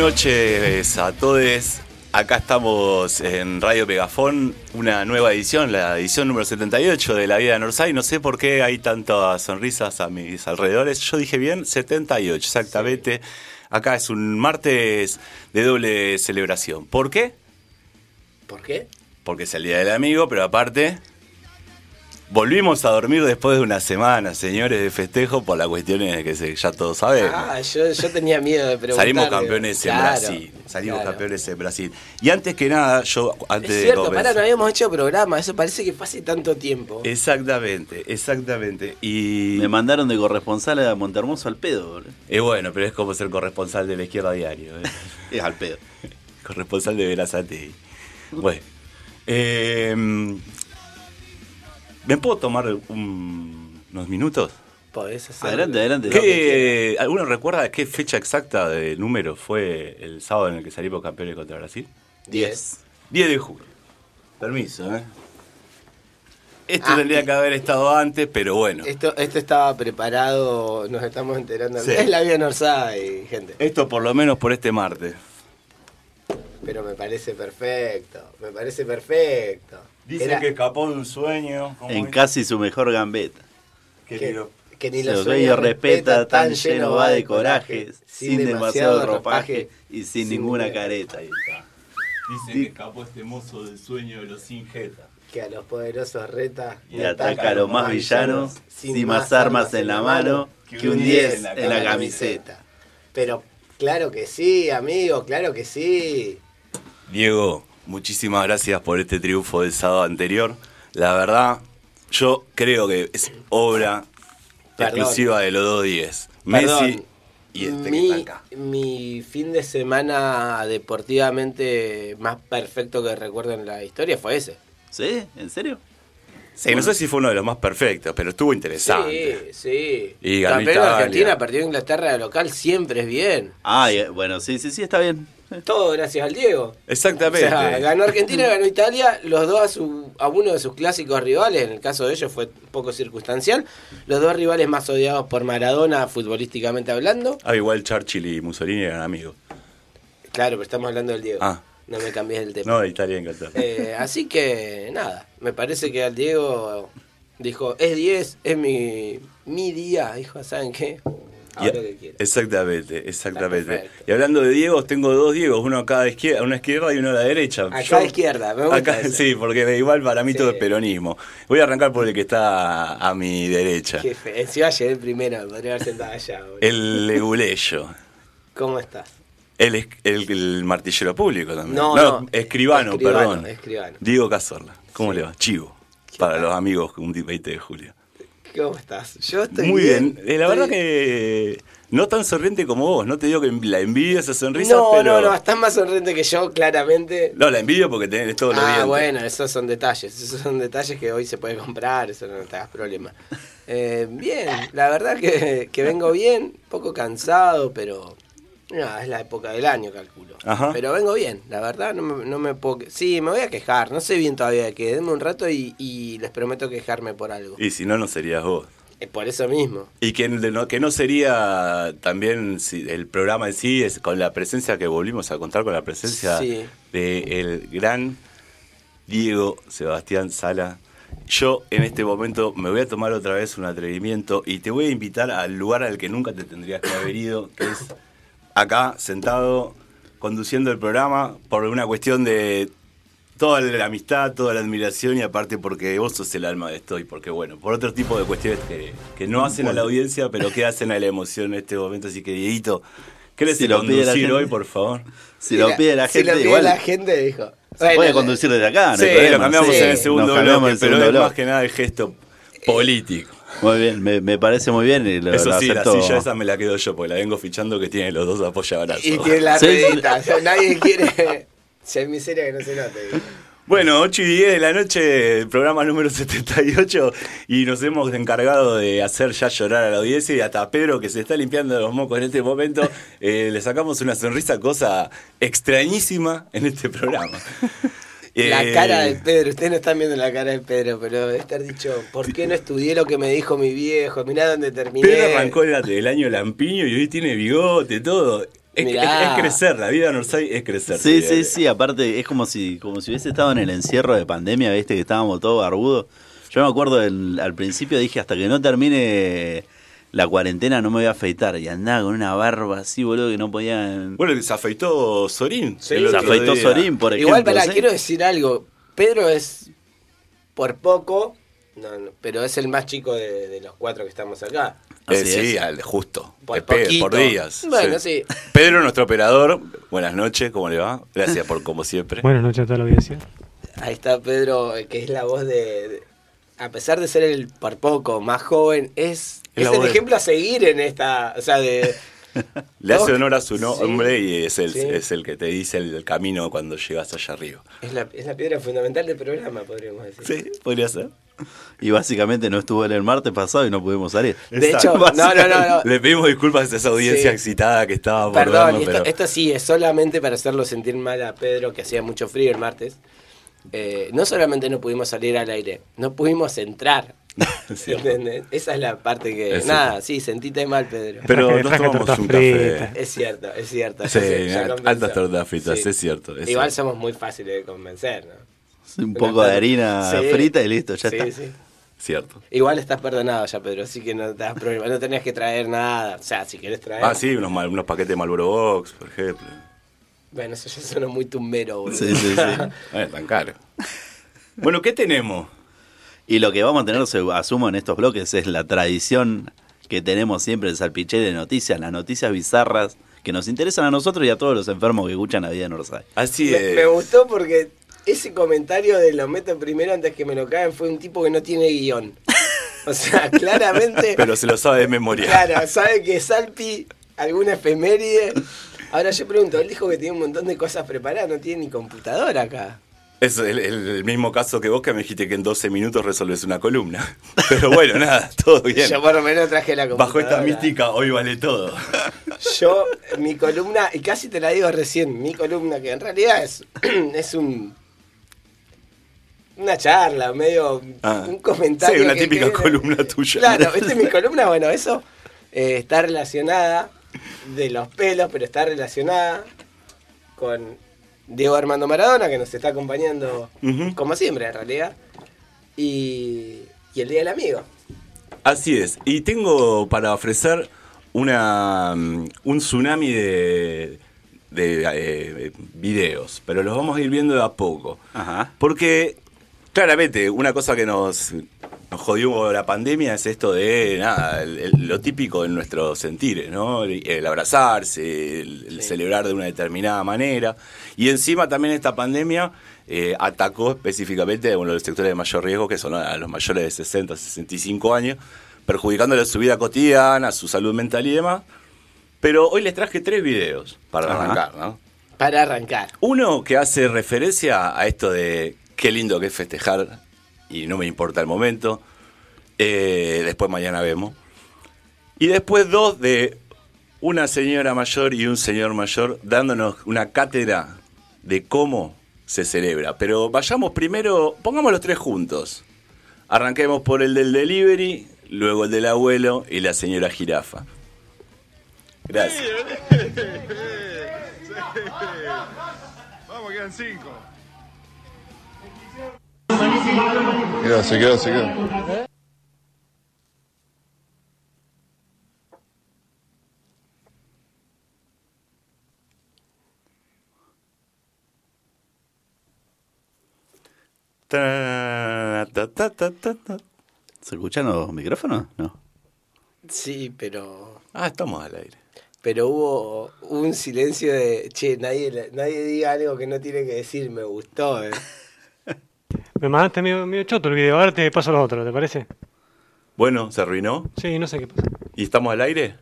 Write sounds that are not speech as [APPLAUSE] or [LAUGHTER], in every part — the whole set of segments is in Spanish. Buenas noches a todos. Acá estamos en Radio Pegafón, una nueva edición, la edición número 78 de La Vida de Norsay. No sé por qué hay tantas sonrisas a mis alrededores. Yo dije bien, 78, exactamente. Acá es un martes de doble celebración. ¿Por qué? ¿Por qué? Porque es el Día del Amigo, pero aparte... Volvimos a dormir después de una semana, señores, de festejo por las cuestiones que se- ya todos sabemos. Ah, yo, yo tenía miedo de preguntar. Salimos campeones en Claro, Brasil. Salimos claro. campeones en Brasil. Y antes que nada, yo antes Es de cierto, todo pará, no pensar- habíamos hecho programa, eso parece que pase tanto tiempo. Eh, Exactamente, exactamente. Y Me mandaron de corresponsal a Montermoso al pedo, boludo. y bueno, pero es como ser corresponsal de la izquierda diario. ¿eh? [LAUGHS] Es al pedo. corresponsal de Verazate. Bueno. eh, ¿Me puedo tomar un- unos minutos? Podés hacer- Adelante, adelante. ¿Qué- ¿Alguno recuerda qué fecha exacta de número fue el sábado en el que salimos campeones contra Brasil? 10. 10 de julio. Permiso, ¿eh? Esto Ah, tendría y- que haber estado antes, pero bueno. Esto, esto estaba preparado, nos estamos enterando. Sí. Es la vida Norsay, gente. Esto por lo menos por este martes. Pero me parece perfecto, me parece perfecto. Dicen Era- que escapó de un sueño. ¿cómo En es? casi su mejor gambeta. Que que- ni lo- que ni Si los los sueños respeta, tan lleno va de coraje, corajes, sin demasiado ropaje y sin ninguna careta. Ahí está. Dicen que escapó este mozo del sueño de los sin jeta. que a los poderosos reta Y ataca a los más villanos sin más armas en la mano que un 10 en la camiseta. Pero claro que sí, amigo, claro que sí. Diego, muchísimas gracias por este triunfo del sábado anterior. La verdad, yo creo que es obra Perdón. exclusiva de los dos 10. Perdón. Messi y este mi, que está acá. mi fin de semana deportivamente más perfecto que recuerdo en la historia fue ese. ¿Sí? ¿En serio? Sí, no sé si fue uno de los más perfectos, pero estuvo interesante. Sí, sí. Y ganó Campeón de Italia. Argentina, partido de Inglaterra de local, siempre es bien. Ah, y- bueno, sí, sí, sí, está bien. Todo gracias al Diego. Exactamente. O sea, ganó Argentina, ganó Italia, los dos a, su, a uno de sus clásicos rivales, en el caso de ellos fue poco circunstancial, los dos rivales más odiados por Maradona futbolísticamente hablando. Ah, igual Churchill y Mussolini eran amigos. Claro, pero estamos hablando del Diego. Ah. No me cambies el tema. No, de Italia en Inglaterra. Eh, así que nada, me parece que al Diego dijo, es 10, es mi, mi día, dijo, ¿saben qué? Y- Hago lo que quiera. exactamente, exactamente. perfecto. Y hablando de Diegos, tengo dos Diegos, uno a cada izquierda, uno a la izquierda y uno a la derecha. Acá Yo- a la izquierda, me gusta acá- esa. [LAUGHS] sí, porque igual para mí Sí. todo es peronismo. Voy a arrancar por el que está a mi derecha, Qué fe- Encima llegué primero, podría haber sentado allá. boludo. el leguleyo. ¿Cómo estás? El, es- el, el martillero público también. No, no, escribano, escribano, perdón. escribano. Diego Cazorla. ¿Cómo le va? Chivo. ¿Qué Para tal? los amigos, un 20 de julio. ¿Cómo estás? Yo estoy Muy bien. Eh, La Estoy- verdad que no tan sonriente como vos. No te digo que la envidia esa sonrisa, no, pero. no, no, estás más sonriente que yo, claramente. No, la envidio porque tenés todos los ah, dientes. bueno, esos son detalles. Esos son detalles que hoy se puede comprar, eso no te hagas problema. Eh, bien, la verdad que, que vengo bien, poco cansado, pero. No, es la época del año, calculo. Ajá. Pero vengo bien, la verdad, no me, no me puedo. que- Sí, me voy a quejar, no sé bien todavía de qué. Denme un rato y, y les prometo quejarme por algo. Y si no, no serías vos. Eh, por eso mismo. Y que no, que no sería también si el programa en sí, es con la presencia que volvimos a contar con la presencia Sí. de el gran Diego Sebastián Sala. Yo en este momento me voy a tomar otra vez un atrevimiento y te voy a invitar al lugar al que nunca te tendrías que haber ido, que es acá sentado conduciendo el programa por una cuestión de toda la amistad, toda la admiración y aparte porque vos sos el alma de esto y porque bueno, por otro tipo de cuestiones que, que no hacen a la audiencia pero que hacen a la emoción en este momento, así que Dieguito, ¿qué les Si lo pide la conducir gente. hoy por favor? Si lo Mira, pide la si gente, lo pide igual la gente, dijo. se Bueno, puede la- conducir desde acá. Ah, No sí, hay problema, lo cambiamos sí. en el segundo Nos cambiamos bloque, el pero segundo es más bloque. que nada el gesto político. Muy bien, me, me parece muy bien y lo, Eso lo sí, la acepto. silla esa me la quedo yo, porque la vengo fichando que tiene los dos apoyabrazos. Y tiene las Sí. rueditas, o sea, nadie quiere. [LAUGHS] Si hay miseria que no se note. digo. Bueno, 8 y 10 de la noche, programa número 78, y nos hemos encargado de hacer ya llorar a la audiencia y hasta a Pedro, que se está limpiando los mocos en este [LAUGHS] momento, eh, le sacamos una sonrisa, cosa extrañísima en este [LAUGHS] programa. La Eh, cara de Pedro, ustedes no están viendo la cara de Pedro, pero debe estar dicho, ¿por qué no estudié lo que me dijo mi viejo? Mirá dónde terminé. Pedro arrancó el, el año lampiño y hoy tiene bigote, todo. Es, Mirá. es- es crecer, la vida en Orsay es crecer. Sí, te sí, digo. sí, aparte es como si, como si hubiese estado en el encierro de pandemia, viste que estábamos todos barbudos. Yo me acuerdo del- al principio dije hasta que no termine la cuarentena no me voy a afeitar y andaba con una barba así, boludo, que no podía... Bueno, se afeitó Sorín. Sí, el se otro afeitó día. Sorín, por ejemplo. Igual, pará, ¿sí? quiero decir algo. Pedro es por poco, no, no, pero es el más chico de, de los cuatro que estamos acá. Eh, Así sí, es. al justo. Por Eh, pe- poquito. por días. Bueno, sí. Pedro, nuestro operador. Buenas noches, ¿cómo le va? Gracias por como siempre. Buenas noches a toda la audiencia. Ahí está Pedro, eh, que es la voz de... de- a pesar de ser el por poco más joven, es, Es es, la el voz de- ejemplo a seguir en esta... O sea, de... Le hace No, honor a su sí. nombre y es el, Sí. es el que te dice el camino cuando llegas allá arriba. es, la, es la piedra fundamental del programa, podríamos decir. Sí, podría ser. Y básicamente no estuvo el martes pasado y no pudimos salir. De Exacto. hecho, no, no, no, no. Le pedimos disculpas a esa audiencia Sí. excitada que estaba por Perdón, vernos, y esto, pero esto sí es solamente para hacerlo sentir mal a Pedro, que hacía mucho frío el martes. Eh, no solamente no pudimos salir al aire, no pudimos [LAUGHS] entrar. Sí. ¿Entendés? Esa es la parte que. Es nada, sí, sentíte mal, Pedro. Pero Traje- nos traje tomamos tortas un café. fritas. Es cierto, es cierto. Sí, ya sé, ya altas compensó. tortas fritas, es cierto, es Igual cierto. somos muy fáciles de convencer, ¿no? Un poco de harina Sí. frita y listo, ya Sí, está. sí. cierto. Igual estás perdonado ya, Pedro, así que no te das problema. No tenés que traer nada. O sea, si querés traer. Ah, sí, unos, mal- unos paquetes de Marlboro Box, por ejemplo. Bueno, eso ya suena muy tumbero, boludo. Sí, sí, [LAUGHS] sí. No es tan caro. Bueno, ¿qué tenemos? Y lo que vamos a tener, se- asumo, en estos bloques es la tradición que tenemos siempre el salpiché de noticias, las noticias bizarras que nos interesan a nosotros y a todos los enfermos que escuchan la vida en Orsay. Así Me, es. me gustó porque ese comentario de lo meto primero antes que me lo caen fue un tipo que no tiene guión. O [LAUGHS] sea, claramente. Pero se lo sabe de memoria. Claro, sabe que Salpi, alguna efeméride. Ahora yo pregunto, él dijo que tiene un montón de cosas preparadas, no tiene ni computadora acá. Es el, el- el mismo caso que vos que me dijiste que en 12 minutos resolves una columna. Pero bueno, nada, todo bien. Yo por lo menos traje la computadora. Bajo esta mística, hoy vale todo. Yo, mi columna, y casi te la digo recién, mi columna, que en realidad es, [CLEARS THROAT] es un. Una charla, medio. Ah. un comentario. Sí, una que típica quede- columna tuya. Claro, esta [LAUGHS] es mi columna, bueno, eso eh, está relacionada de los pelos, pero está relacionada con Diego Armando Maradona, que nos está acompañando, Ujú. como siempre, en realidad. Y, y el Día del Amigo. Así es. Y tengo para ofrecer una, mm, un tsunami de, de, eh, videos, pero los vamos a ir viendo de a poco. Ajá. Porque claramente una cosa que nos, nos jodió la pandemia es esto de nada, el- el- lo típico en nuestros sentires, ¿no? El, el abrazarse, el, el celebrar de una determinada manera. Y encima también esta pandemia eh, atacó específicamente bueno, los sectores de mayor riesgo, que son a los mayores de 60, 65 años, perjudicándole su vida cotidiana, su salud mental y demás. Pero hoy les traje tres videos para Ajá. arrancar, ¿no? Para arrancar. Uno que hace referencia a esto de qué lindo que es festejar y no me importa el momento. Eh, después mañana vemos. Y después dos de una señora mayor y un señor mayor dándonos una cátedra de cómo se celebra. Pero vayamos primero, pongamos los tres juntos. Arranquemos por el del delivery, luego el del abuelo y la señora jirafa. Gracias. Vamos, quedan cinco. Queda, se queda, se queda. Ta, ta, ta, ta, ta, ta. ¿Se escuchan los micrófonos? No. Sí, pero. Ah, estamos al aire. Pero hubo un silencio de. Che, nadie, nadie diga algo que no tiene que decir, me gustó. eh". Me mandaste medio, medio choto el video, ahora te paso los otros, ¿te parece? Bueno, se arruinó. Sí, no sé qué pasa. ¿Y estamos al aire?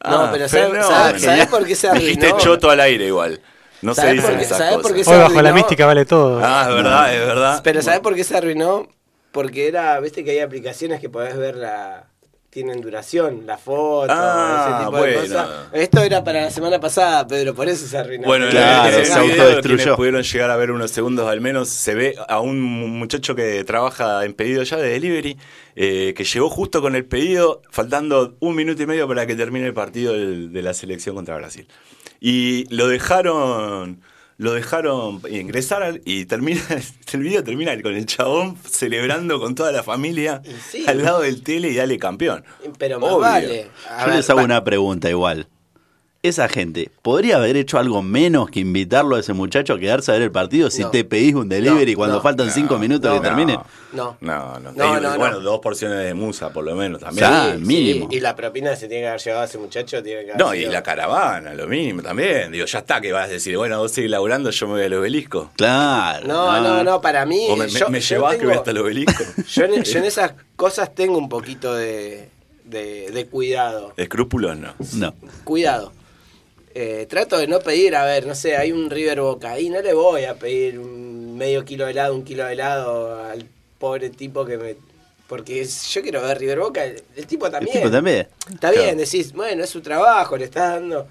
Ah, No, pero ¿sabe- fenómeno. sabe- sabe por qué se Me Dijiste arruinó? choto al aire igual. No se ¿Sabe dicen por qué- esas sabe por cosas. qué se- Hoy bajo la arruinó. mística vale todo. Ah, es verdad, es verdad. Pero ¿sabes por qué se arruinó? Porque era, viste que hay aplicaciones que podés ver la, tienen duración, la foto, Ah, ese tipo bueno. de cosas. Esto era para la semana pasada, Pedro, por eso se arruinó. Bueno, en Claro, el- en el se video, autodestruyó. quienes pudieron llegar a ver unos segundos al menos, se ve a un muchacho que trabaja en pedido ya de delivery, eh, que llegó justo con el pedido, faltando un minuto y medio para que termine el partido del- de la selección contra Brasil. Y lo dejaron... Lo dejaron ingresar al- y termina [LAUGHS] el video termina con el chabón celebrando con toda la familia Y sí. al lado del tele y dale campeón. pero más Obvio. vale. A Yo ver, les hago pa- una pregunta igual. Esa gente, ¿podría haber hecho algo menos que invitarlo a ese muchacho a quedarse a ver el partido si No. te pedís un delivery No, cuando no, faltan cinco minutos no, que termine? No. No, no. No, Y, no, bueno, no. dos porciones de musa por lo menos también. Ah, mínimo. Y la propina que se tiene que haber llevado a ese muchacho. Tiene que haber No, y sido- la caravana, lo mismo también. Digo, ya está, que vas a decir, bueno, vos seguís laburando, yo me voy al obelisco. Claro. No, no, no, para mí. O me, me- yo, me yo llevás que tengo- voy hasta el obelisco. [LAUGHS] yo en, yo en esas cosas tengo un poquito de, de, de cuidado. Escrúpulos no. No. Cuidado. Eh, trato de no pedir, a ver, no sé, hay un River Boca y no le voy a pedir un medio kilo de helado, un kilo de helado al pobre tipo que me... Porque es- yo quiero ver River Boca, el, el tipo El también. tipo también. Está Claro. bien, decís, bueno, es su trabajo, le estás dando...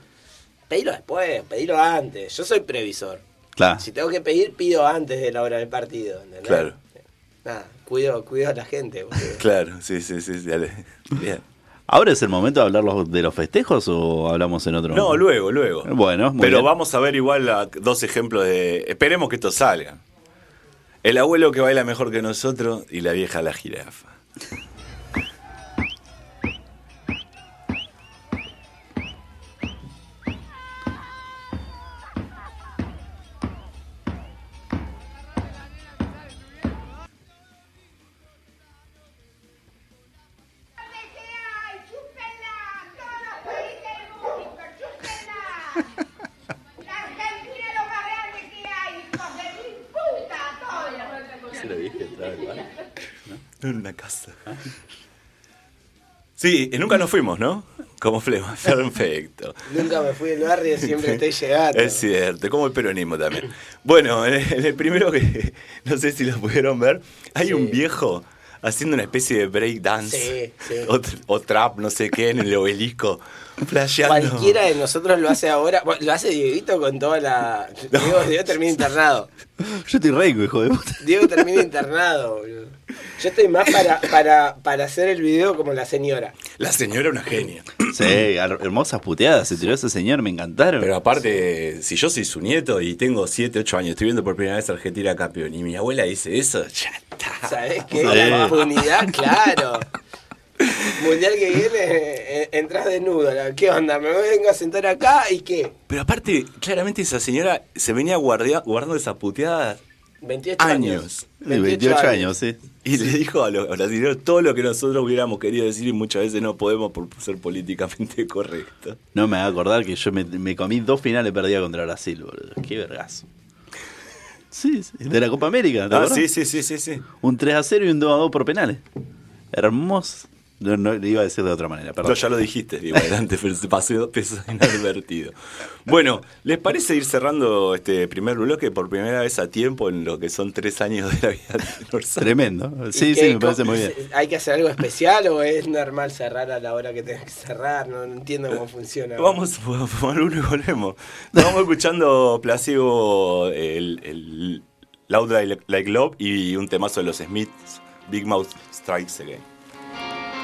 Pedilo después, pedilo antes. Yo soy previsor. Claro. Si tengo que pedir, pido antes de la hora del partido. ¿entendés? Claro. Nada, cuido, cuido a la gente. boludo. Claro, sí, sí, sí, dale. Bien. ¿Ahora es el momento de hablar los- de los festejos o hablamos en otro No, momento? luego, luego. Bueno, muy Pero bien. vamos a ver igual a dos ejemplos de. Esperemos que estos salgan. El abuelo que baila mejor que nosotros y la vieja la jirafa. En una casa. Ah. Sí, y nunca nos fuimos, ¿no? Como flema. [LAUGHS] Perfecto. Nunca me fui del barrio, siempre estoy llegando. Es cierto, como el peronismo también. Bueno, [LAUGHS] en el en el primero que [LAUGHS] no sé si lo pudieron ver, hay un viejo haciendo una especie de break dance Sí, sí. [LAUGHS] O, tr- o trap, no sé qué, en el obelisco, flasheando. Cualquiera de nosotros lo hace ahora. Bueno, Lo hace Dieguito con toda la. Diego, Diego termina internado. Yo estoy rengo, hijo de puta. Diego termina internado, boludo. Yo estoy más para, para, para hacer el video como la señora. La señora una genia. Sí, her- hermosas puteadas se tiró ese señor, me encantaron. Pero aparte, si yo soy su nieto y tengo 7, 8 años, estoy viendo por primera vez Argentina campeón y mi abuela dice eso, ya está. ¿Sabés qué? Sí. La impunidad, claro. Mundial que viene, eh, entras desnudo. la- ¿Qué onda? ¿Me vengo a sentar acá y qué? Pero aparte, claramente esa señora se venía guardia- guardando esas puteadas 28 años. años. De 28 años, sí. Y le dijo a los brasileños todo lo que nosotros hubiéramos querido decir y muchas veces no podemos por ser políticamente [LAUGHS] correctos. No me va a acordar que yo me, me comí dos finales perdidas contra Brasil, boludo. Qué vergazo. Sí, sí, de la Copa América. ¿te Ah, acordás? sí, sí, sí, sí, sí. Un 3 a 0 y un 2 a 2 por penales. Hermoso. No, no, le iba a decir de otra manera, perdón. No, ya lo dijiste, [LAUGHS] digo, adelante, pero se pasó peso [LAUGHS] inadvertido. Bueno, ¿les parece ir cerrando este primer bloque por primera vez a tiempo en lo que son tres años de la vida de Dorsal? [LAUGHS] Tremendo. [LAUGHS] Sí, ¿Y sí, qué? me parece muy bien. ¿Hay que hacer algo especial o es normal cerrar a la hora que tengas que cerrar? No, no entiendo cómo funciona. Vamos a fumar uno y volvemos. Estamos escuchando Placebo, el, el Loud Like Like Love y un temazo de los Smiths, Big Mouth Strikes Again.